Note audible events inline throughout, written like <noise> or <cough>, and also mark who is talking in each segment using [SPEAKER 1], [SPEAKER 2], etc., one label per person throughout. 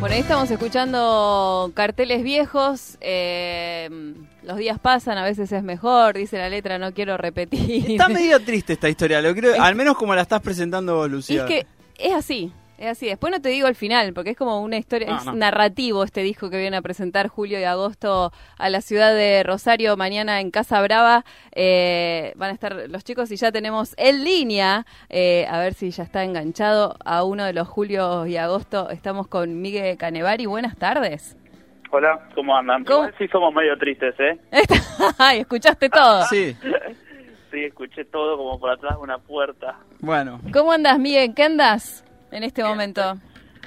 [SPEAKER 1] Bueno, ahí estamos escuchando carteles viejos. eh, los días pasan, a veces es mejor, dice la letra, no quiero repetir.
[SPEAKER 2] Está medio triste esta historia, lo creo, al menos como la estás presentando vos,
[SPEAKER 1] Y <laughs> es
[SPEAKER 2] Lucía.
[SPEAKER 1] que es así, es así. Después no te digo el final, porque es como una historia,
[SPEAKER 2] No,
[SPEAKER 1] es
[SPEAKER 2] no.
[SPEAKER 1] narrativo este disco que viene a presentar Julio y Agosto a la ciudad de Rosario mañana en Casa Brava. Eh, van a estar los chicos y ya tenemos en línea, eh, a ver si ya está enganchado a uno de los Julio y Agosto. Estamos con Miguel Canevari, buenas tardes.
[SPEAKER 3] Hola, ¿cómo andan?
[SPEAKER 1] ¿Cómo?
[SPEAKER 3] Igual sí somos medio tristes, ¿eh?
[SPEAKER 1] <laughs> Ay, escuchaste todo.
[SPEAKER 2] Sí,
[SPEAKER 3] Sí, escuché todo como por atrás de una puerta.
[SPEAKER 2] bueno.
[SPEAKER 1] ¿Cómo andas, Miguel? ¿Qué andas en este momento?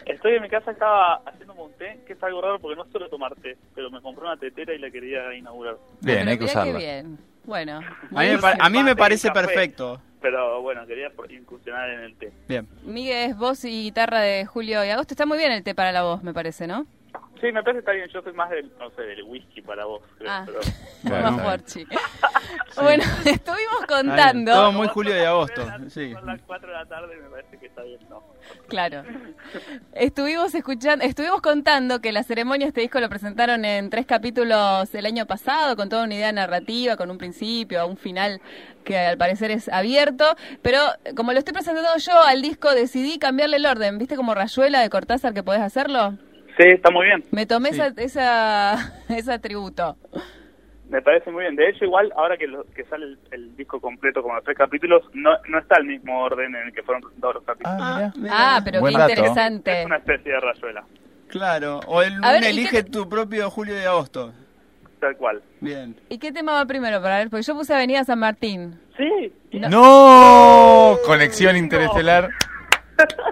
[SPEAKER 3] Estoy en mi casa, estaba haciéndome un té, que es algo raro porque no suelo tomar té, pero me compré una tetera y la quería inaugurar.
[SPEAKER 4] Bien,
[SPEAKER 1] Pero
[SPEAKER 4] hay que
[SPEAKER 1] mirá qué
[SPEAKER 4] usarla.
[SPEAKER 1] bien. Bueno,
[SPEAKER 2] A mí me, par- a mí me
[SPEAKER 3] Mate,
[SPEAKER 2] parece
[SPEAKER 3] café.
[SPEAKER 2] perfecto.
[SPEAKER 3] Pero bueno, quería por- incursionar en el té.
[SPEAKER 2] Bien.
[SPEAKER 1] Miguel es voz y guitarra de Julio y Agosto. Está muy bien el té para la voz, me parece, ¿no?
[SPEAKER 3] Sí, me parece que está bien, yo soy más del, no sé, del whisky para vos, creo,
[SPEAKER 1] Ah.
[SPEAKER 3] pero...
[SPEAKER 1] Más
[SPEAKER 4] Bueno, está bien.
[SPEAKER 1] Forchi. Bueno, <laughs> estuvimos
[SPEAKER 2] Está bien. Todo
[SPEAKER 1] contando.
[SPEAKER 2] muy Julio de agosto. Sí.
[SPEAKER 3] Son las 4 de la tarde y me parece que está bien, ¿no?
[SPEAKER 1] Claro. Estuvimos escuchando, estuvimos contando que la ceremonia este disco lo presentaron en tres capítulos el año pasado, con toda una idea narrativa, con un principio, un final que al parecer es abierto. Pero eh, como lo estoy presentando yo al disco, decidí cambiarle el orden. ¿Viste como Rayuela de Cortázar que podés hacerlo?
[SPEAKER 3] Sí, está muy bien.
[SPEAKER 1] Me tomé
[SPEAKER 2] Sí.
[SPEAKER 1] esa, esa, <laughs> ese atributo.
[SPEAKER 3] Me parece muy bien. De hecho, igual, ahora que, lo- que sale el, el disco completo con los tres capítulos, no, no está el mismo orden en el que fueron presentados los capítulos.
[SPEAKER 4] Ah, mira.
[SPEAKER 1] Ah, pero
[SPEAKER 4] Buen
[SPEAKER 1] qué
[SPEAKER 4] dato.
[SPEAKER 1] interesante.
[SPEAKER 3] Es una especie de rayuela,
[SPEAKER 2] Claro. O el,
[SPEAKER 1] A ver,
[SPEAKER 2] un
[SPEAKER 1] ¿y
[SPEAKER 2] elige tu propio Julio de agosto.
[SPEAKER 3] tal cual.
[SPEAKER 2] Bien.
[SPEAKER 1] ¿Y qué tema va primero para ver? Porque yo puse Avenida San Martín.
[SPEAKER 3] Sí,
[SPEAKER 4] ¡No! Conexión interestelar.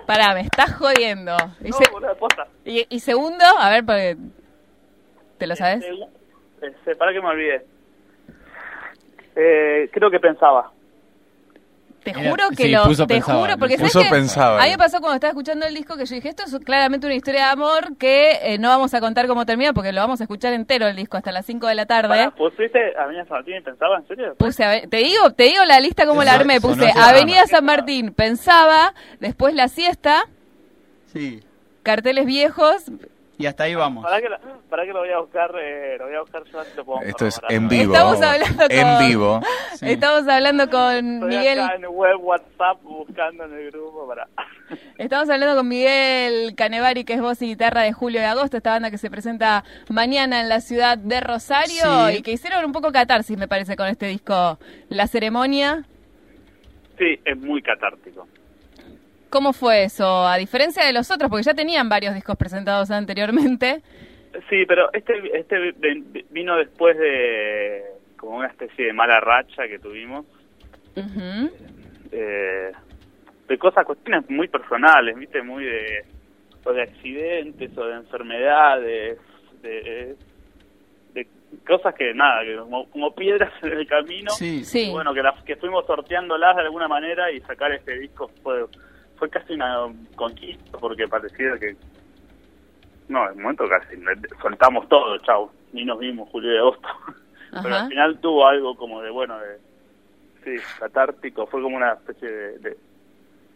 [SPEAKER 1] Pará, me estás jodiendo. Y,
[SPEAKER 3] no,
[SPEAKER 1] se-
[SPEAKER 3] boludo, posta.
[SPEAKER 1] y- y segundo, a ver, porque. ¿Te lo sabes?
[SPEAKER 3] Segu- eh, para que me olvide. Eh, creo que pensaba.
[SPEAKER 1] Te
[SPEAKER 4] Mira,
[SPEAKER 1] juro que
[SPEAKER 4] sí,
[SPEAKER 1] lo.
[SPEAKER 4] puso
[SPEAKER 1] te
[SPEAKER 4] pensaba,
[SPEAKER 1] juro, porque
[SPEAKER 4] puso
[SPEAKER 1] ¿sabes qué?
[SPEAKER 4] pensaba.
[SPEAKER 1] A mí me pasó cuando estaba escuchando el disco que yo dije: Esto es claramente una historia de amor que eh, no vamos a contar cómo termina porque lo vamos a escuchar entero el disco hasta las 5 de la tarde.
[SPEAKER 3] Pará, ¿Pusiste a Avenida San Martín y pensaba? ¿En serio?
[SPEAKER 1] Puse, a ver, te digo, te digo la lista como la
[SPEAKER 4] Eso-
[SPEAKER 1] armé.
[SPEAKER 4] eso no
[SPEAKER 1] Puse
[SPEAKER 4] es
[SPEAKER 1] Avenida
[SPEAKER 4] drama.
[SPEAKER 1] San Martín, pensaba, después la siesta,
[SPEAKER 2] Sí.
[SPEAKER 1] carteles viejos.
[SPEAKER 2] Y hasta ahí vamos.
[SPEAKER 3] Para que, la- pará que lo voy a buscar, eh, lo voy a buscar yo así lo puedo
[SPEAKER 4] Esto es
[SPEAKER 3] corroborar.
[SPEAKER 4] en vivo.
[SPEAKER 1] Estamos hablando con-
[SPEAKER 4] En vivo.
[SPEAKER 2] Sí.
[SPEAKER 1] Estamos hablando con
[SPEAKER 3] Estoy
[SPEAKER 1] Miguel.
[SPEAKER 3] acá en web, WhatsApp, buscando en el grupo para...
[SPEAKER 1] Estamos hablando con Miguel Canevari, que es voz y guitarra de Julio de Agosto, esta banda que se presenta mañana en la ciudad de Rosario
[SPEAKER 2] Sí.
[SPEAKER 1] y que hicieron un poco catarsis, me parece, con este disco. La ceremonia,
[SPEAKER 3] Sí, es muy catártico.
[SPEAKER 1] ¿cómo fue eso? A diferencia de los otros, porque ya tenían varios discos presentados anteriormente.
[SPEAKER 3] Sí, pero este, este ven- vino después de como una especie de mala racha que tuvimos.
[SPEAKER 1] Ujú.
[SPEAKER 3] eh, de cosas, cuestiones muy personales, ¿viste? Muy de, o de accidentes o de enfermedades, de, de cosas que nada, que como, como piedras en el camino.
[SPEAKER 2] Sí.
[SPEAKER 1] Sí.
[SPEAKER 3] Y bueno, que, las, que fuimos sorteándolas de alguna manera y sacar este disco fue fue casi una conquista porque parecía que. No, en el momento casi soltamos todo, chau. Ni nos vimos, Julio de Agosto. <laughs> Pero
[SPEAKER 1] Ajá.
[SPEAKER 3] al final tuvo algo como de, bueno, de, sí, catártico, fue como una especie de, de,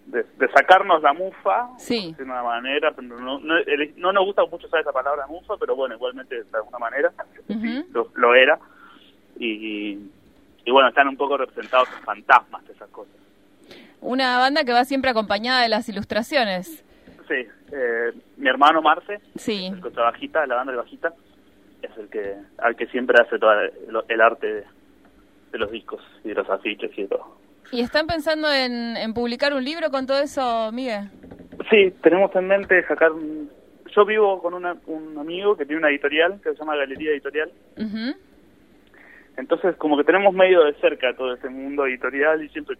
[SPEAKER 3] de- de sacarnos la mufa,
[SPEAKER 1] Sí.
[SPEAKER 3] de una manera, pero no, no, el- no nos gusta mucho usar esa palabra mufa, pero bueno, igualmente de alguna manera
[SPEAKER 1] Ujú.
[SPEAKER 3] lo, lo era, y, y, y bueno, están un poco representados los fantasmas de esas cosas.
[SPEAKER 1] Una banda que va siempre acompañada de las ilustraciones.
[SPEAKER 3] Sí, eh, mi hermano Marce,
[SPEAKER 1] Sí.
[SPEAKER 3] el contrabajista, de la banda del bajista, es el que, al que siempre hace todo el, el arte de, de los discos y de los afiches y de todo.
[SPEAKER 1] ¿Y están pensando en, en publicar un libro con todo eso, Miguel?
[SPEAKER 3] Sí, tenemos en mente sacar un... Yo vivo con una- un amigo que tiene una editorial que se llama Galería Editorial.
[SPEAKER 1] Ujú.
[SPEAKER 3] Entonces, como que tenemos medio de cerca todo ese mundo editorial y siempre...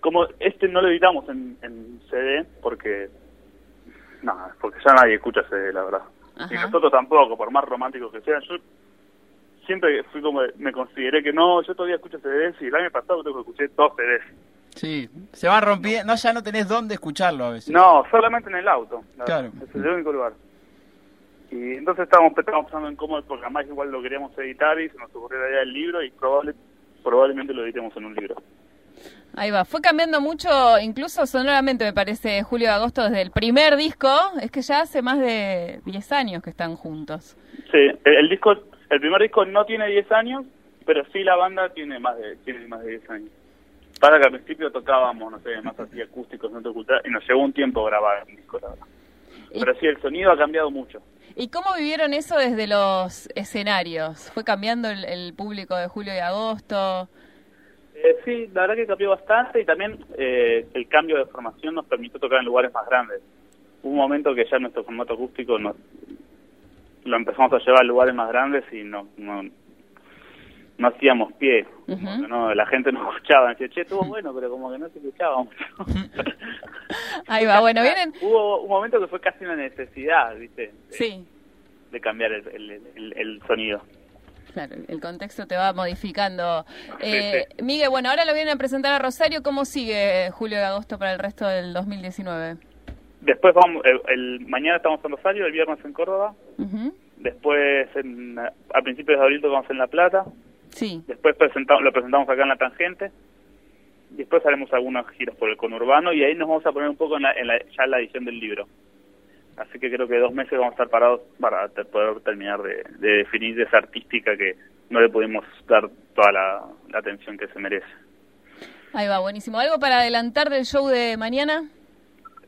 [SPEAKER 3] Como este no lo editamos en, en CD porque... No, porque ya nadie escucha CD, la verdad. Y
[SPEAKER 1] Ajá.
[SPEAKER 3] nosotros tampoco, por más románticos que sean. Yo siempre fui como... de- Me consideré que no, yo todavía escucho CDs y el año pasado creo que escuché dos CDs.
[SPEAKER 2] Sí. Se van rompiendo. No, ya no tenés dónde escucharlo a veces.
[SPEAKER 3] No, solamente en el auto. la
[SPEAKER 2] Claro.
[SPEAKER 3] verdad. Es el único lugar. Y entonces estábamos, estábamos pensando en cómo, porque además igual lo queríamos editar y se nos ocurrió la idea del libro y probable, probablemente lo editemos en un libro.
[SPEAKER 1] Ahí va, fue cambiando mucho, incluso sonoramente me parece, Julio Agosto desde el primer disco, es que ya hace más de 10 años que están juntos.
[SPEAKER 3] Sí, el, el disco, el primer disco no tiene 10 años, pero sí la banda tiene más de tiene más de 10 años. Para que al principio tocábamos, no sé, más así acústicos, no te ocultas, y nos llevó un tiempo grabar un disco, la verdad.
[SPEAKER 1] Y-
[SPEAKER 3] Pero sí, el sonido ha cambiado mucho.
[SPEAKER 1] ¿Y cómo vivieron eso desde los escenarios? ¿Fue cambiando el, el público de Julio y Agosto?
[SPEAKER 3] Eh, sí, la verdad que cambió bastante y también eh, el cambio de formación nos permitió tocar en lugares más grandes. Hubo un momento que ya nuestro formato acústico nos, lo empezamos a llevar a lugares más grandes y no, no, no hacíamos pie.
[SPEAKER 1] Ujú.
[SPEAKER 3] Como que no, la gente no <laughs> escuchaba. Decía, che, estuvo bueno, pero como que no se escuchaba mucho.
[SPEAKER 1] Ahí va, bueno, vienen...
[SPEAKER 3] Hubo un momento que fue casi una necesidad, ¿viste? De,
[SPEAKER 1] Sí,
[SPEAKER 3] de cambiar el, el, el- el sonido.
[SPEAKER 1] claro, el contexto te va modificando.
[SPEAKER 3] Sí,
[SPEAKER 1] Eh, Miguel, bueno, ahora lo vienen a presentar a Rosario, ¿cómo sigue Julio y Agosto para el resto del 2019?
[SPEAKER 3] Después vamos, el, el- mañana estamos en Rosario, el viernes en Córdoba.
[SPEAKER 1] Ujú.
[SPEAKER 3] Después, en, a principios de abril tocamos en La Plata.
[SPEAKER 1] Sí,
[SPEAKER 3] Después presentamos, lo presentamos acá en La Tangente. Después haremos algunas giras por el conurbano y ahí nos vamos a poner un poco en la, en la- ya en la edición del libro. Así que creo que dos meses vamos a estar parados para te- poder terminar de, de definir esa artística que no le pudimos dar toda la, la atención que se merece.
[SPEAKER 1] ahí va, buenísimo. ¿Algo para adelantar del show de mañana?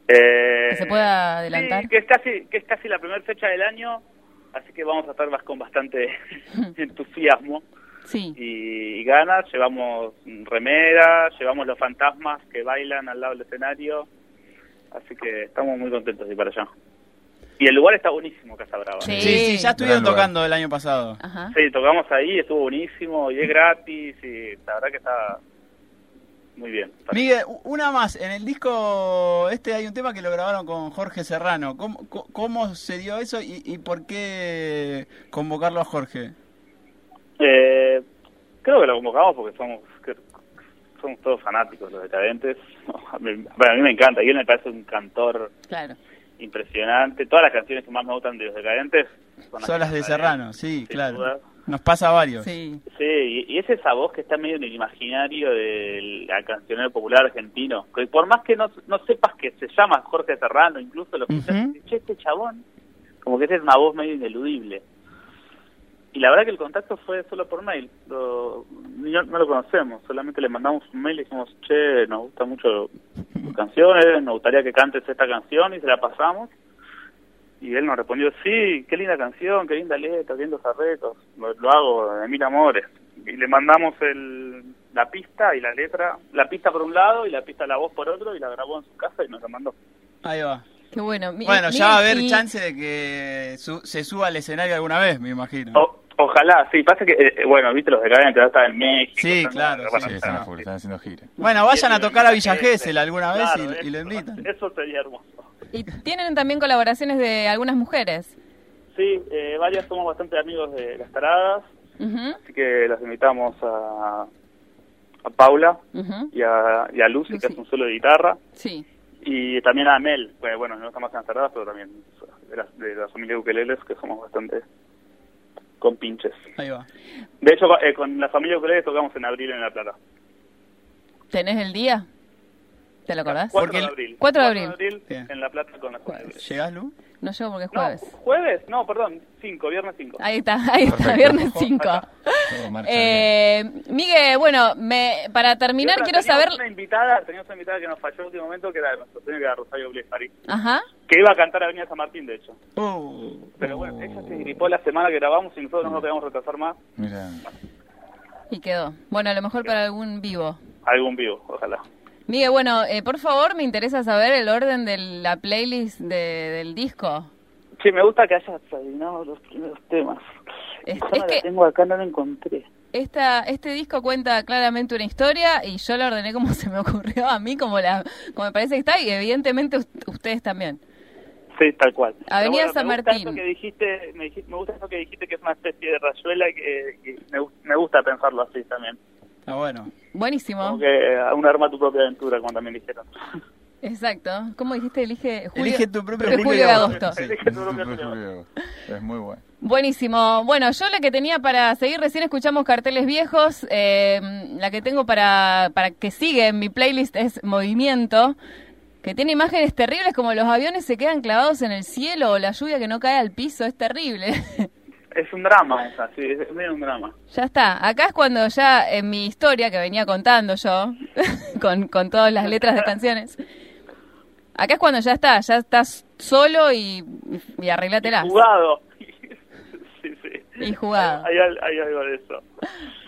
[SPEAKER 3] Eh,
[SPEAKER 1] ¿Que se pueda adelantar?
[SPEAKER 3] Sí, que es casi, que es casi la primera fecha del año, así que vamos a estar más
[SPEAKER 1] <laughs>
[SPEAKER 3] con bastante entusiasmo.
[SPEAKER 1] Sí.
[SPEAKER 3] y, y ganas, llevamos mm, remera, llevamos los fantasmas que bailan al lado del escenario, así que estamos muy contentos de ir para allá. Y el lugar está buenísimo, Casa Brava.
[SPEAKER 1] Sí.
[SPEAKER 3] Sí,
[SPEAKER 2] Sí, sí, ya estuvieron
[SPEAKER 4] Gran lugar.
[SPEAKER 2] tocando el año pasado.
[SPEAKER 1] Ajá.
[SPEAKER 3] tocamos ahí, estuvo buenísimo, y es gratis, y la verdad que está muy bien.
[SPEAKER 2] Miguel, u- una más. En el disco este hay un tema que lo grabaron con Jorge Serrano. ¿Cómo, co- cómo se dio eso y, y por qué convocarlo a Jorge?
[SPEAKER 3] Eh, creo que lo convocamos porque somos que- somos todos fanáticos los decadentes. <laughs> A mí, bueno, a mí me encanta, y él me parece un cantor
[SPEAKER 1] Claro.
[SPEAKER 3] impresionante. Todas las canciones que más me gustan de los decadentes
[SPEAKER 2] Son las de Serrano, sí,
[SPEAKER 3] sin
[SPEAKER 2] claro.
[SPEAKER 3] duda.
[SPEAKER 2] Nos pasa a varios.
[SPEAKER 1] Sí.
[SPEAKER 3] Sí, y, y es esa voz que está medio en el imaginario del al cancionero popular argentino. Que por más que no, no sepas que se llama Jorge Serrano, incluso lo escuchas y
[SPEAKER 2] Ujú.
[SPEAKER 3] dices, "Che, este chabón, como que es una voz medio ineludible. Y la verdad que el contacto fue solo por mail. Lo- no, no lo conocemos, solamente le mandamos un mail y dijimos, che, nos gusta mucho tus canciones, nos gustaría que cantes esta canción y se la pasamos. Y él nos respondió, sí, qué linda canción, qué linda letra, qué lindos arreglos, lo, lo hago de mil amores. Y le mandamos el, la pista y la letra, la pista por un lado y la pista la voz por otro y la grabó en su casa y nos la mandó.
[SPEAKER 2] Ahí va.
[SPEAKER 1] Qué bueno. Mi-
[SPEAKER 2] Bueno,
[SPEAKER 1] Miguel,
[SPEAKER 2] ya va a haber
[SPEAKER 1] y-
[SPEAKER 2] chance de que su- se suba al escenario alguna vez, me imagino.
[SPEAKER 3] O- ojalá, sí, pasa que, eh, bueno, viste, los de Cadena están en México.
[SPEAKER 2] Sí,
[SPEAKER 3] están-
[SPEAKER 2] claro,
[SPEAKER 3] van a
[SPEAKER 4] Sí,
[SPEAKER 3] estar-
[SPEAKER 4] están a full, están haciendo gira.
[SPEAKER 2] Bueno, vayan a tocar a Villa Gesell
[SPEAKER 3] Gesell
[SPEAKER 2] alguna vez y-
[SPEAKER 3] Claro,
[SPEAKER 2] y, lo
[SPEAKER 3] eso, <laughs>
[SPEAKER 2] invitan.
[SPEAKER 3] Eso sería hermoso.
[SPEAKER 1] Y tienen también colaboraciones de algunas mujeres.
[SPEAKER 3] Sí, eh, varias somos bastante amigos de las taradas,
[SPEAKER 1] Ujú,
[SPEAKER 3] así que las invitamos a, a Paula
[SPEAKER 1] ujú.
[SPEAKER 3] y a, y a Lucy, que
[SPEAKER 1] Lucy.
[SPEAKER 3] es un solo de guitarra,
[SPEAKER 1] Sí.
[SPEAKER 3] y también a Mel, que, bueno, no estamos en las taradas, pero también de la, de la familia de Ukeleles, que somos bastante compinches.
[SPEAKER 2] Ahí va.
[SPEAKER 3] De hecho, eh, con la familia Ukeleles tocamos en abril en La Plata.
[SPEAKER 1] ¿Tenés el día? ¿Te lo acordás?
[SPEAKER 3] 4
[SPEAKER 2] Porque
[SPEAKER 3] de
[SPEAKER 2] el-
[SPEAKER 3] abril.
[SPEAKER 1] 4 de abril.
[SPEAKER 2] Bien.
[SPEAKER 3] en La Plata con la familia
[SPEAKER 1] Jueves.
[SPEAKER 3] Ukeleles.
[SPEAKER 2] ¿Llegás, Lu?
[SPEAKER 1] No llego porque es
[SPEAKER 3] No,
[SPEAKER 1] jueves. Ah,
[SPEAKER 3] jueves, no, perdón, 5, viernes 5.
[SPEAKER 1] Ahí está, <laughs> ahí está,
[SPEAKER 4] Perfecto.
[SPEAKER 1] viernes 5.
[SPEAKER 4] Todo marcha
[SPEAKER 1] Eh, Miguel, bueno, me, para terminar quiero saber...
[SPEAKER 3] Una invitada, teníamos una invitada que nos falló en el último momento, que era de nuestro sueño, que era Rosario Blefari,
[SPEAKER 1] Ajá.
[SPEAKER 3] que iba a cantar Avenida San Martín, de hecho.
[SPEAKER 2] Oh.
[SPEAKER 3] Pero bueno, ella se gripó la semana que grabamos y nosotros no nos podíamos retrasar más.
[SPEAKER 4] bien. Mira,
[SPEAKER 1] Y quedó. Bueno, a lo mejor para algún vivo.
[SPEAKER 3] Algún vivo, ojalá.
[SPEAKER 1] Miguel, bueno, eh, por favor, me interesa saber el orden de la playlist de- del disco.
[SPEAKER 3] Sí, me gusta que hayas adivinado los primeros temas.
[SPEAKER 1] Es-
[SPEAKER 3] Yo
[SPEAKER 1] es
[SPEAKER 3] no
[SPEAKER 1] que-
[SPEAKER 3] la tengo acá, no la encontré.
[SPEAKER 1] Esta, este disco cuenta claramente una historia y yo la ordené como <laughs> se me ocurrió a mí, como la, como me parece que está, y evidentemente us- ustedes también.
[SPEAKER 3] Sí, tal cual.
[SPEAKER 1] Avenida
[SPEAKER 3] Pero
[SPEAKER 1] San
[SPEAKER 3] me gusta
[SPEAKER 1] Martín.
[SPEAKER 3] eso que dijiste, me, dijiste- me gusta eso que dijiste que es una especie de rayuela que, que me, gu- me gusta pensarlo así también.
[SPEAKER 2] Está bueno.
[SPEAKER 1] Buenísimo.
[SPEAKER 3] Como que eh, uno arma tu propia aventura, como también dijeron.
[SPEAKER 1] Exacto. ¿Cómo dijiste? Elige Julio,
[SPEAKER 2] Elige tu propio
[SPEAKER 1] Julio
[SPEAKER 2] Julio
[SPEAKER 1] y
[SPEAKER 2] de
[SPEAKER 1] agosto.
[SPEAKER 2] Sí.
[SPEAKER 3] Elige tu
[SPEAKER 4] <laughs>
[SPEAKER 3] propio Julio.
[SPEAKER 4] Es muy bueno.
[SPEAKER 1] Buenísimo. Bueno, yo la que tenía para seguir, recién escuchamos carteles viejos. eh, la que tengo para, para que sigue en mi playlist es Movimiento, que tiene imágenes terribles como los aviones se quedan clavados en el cielo o la lluvia que no cae al piso. Es terrible.
[SPEAKER 3] Es un drama esa, sí, es medio un drama.
[SPEAKER 1] ya está. Acá es cuando ya en mi historia que venía contando yo, <laughs> con, con todas las letras de canciones. Acá es cuando ya está, ya estás solo y, y arreglátela.
[SPEAKER 3] Jugado. <laughs> sí, sí.
[SPEAKER 1] Y jugado.
[SPEAKER 3] Hay, al- hay algo de eso.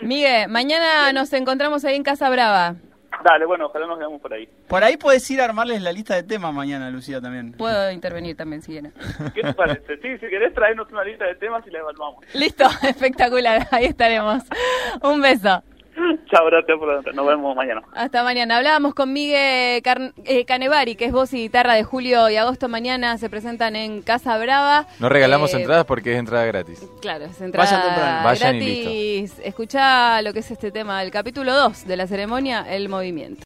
[SPEAKER 1] Miguel, mañana nos encontramos ahí en Casa Brava.
[SPEAKER 3] Dale, bueno, ojalá nos veamos por ahí.
[SPEAKER 2] Por ahí puedes ir a armarles la lista de temas mañana, Lucía, también.
[SPEAKER 1] Puedo intervenir también si viene. <laughs>
[SPEAKER 3] ¿Qué te parece? Sí, si querés traernos una lista de temas y la evaluamos.
[SPEAKER 1] Listo, <laughs> espectacular, ahí estaremos. Un beso.
[SPEAKER 3] Chao, gracias por la Nos vemos mañana.
[SPEAKER 1] Hasta mañana. Hablábamos con Miguel Car- eh, Canevari, que es voz y guitarra de julio y agosto. Mañana se presentan en Casa Brava.
[SPEAKER 4] No regalamos
[SPEAKER 1] Eh,
[SPEAKER 4] entradas porque es entrada gratis.
[SPEAKER 1] Claro, es entrada
[SPEAKER 2] Vayan temprano.
[SPEAKER 4] Vayan y
[SPEAKER 1] gratis. Escuchá lo que es este tema, el capítulo 2 de la ceremonia, El Movimiento.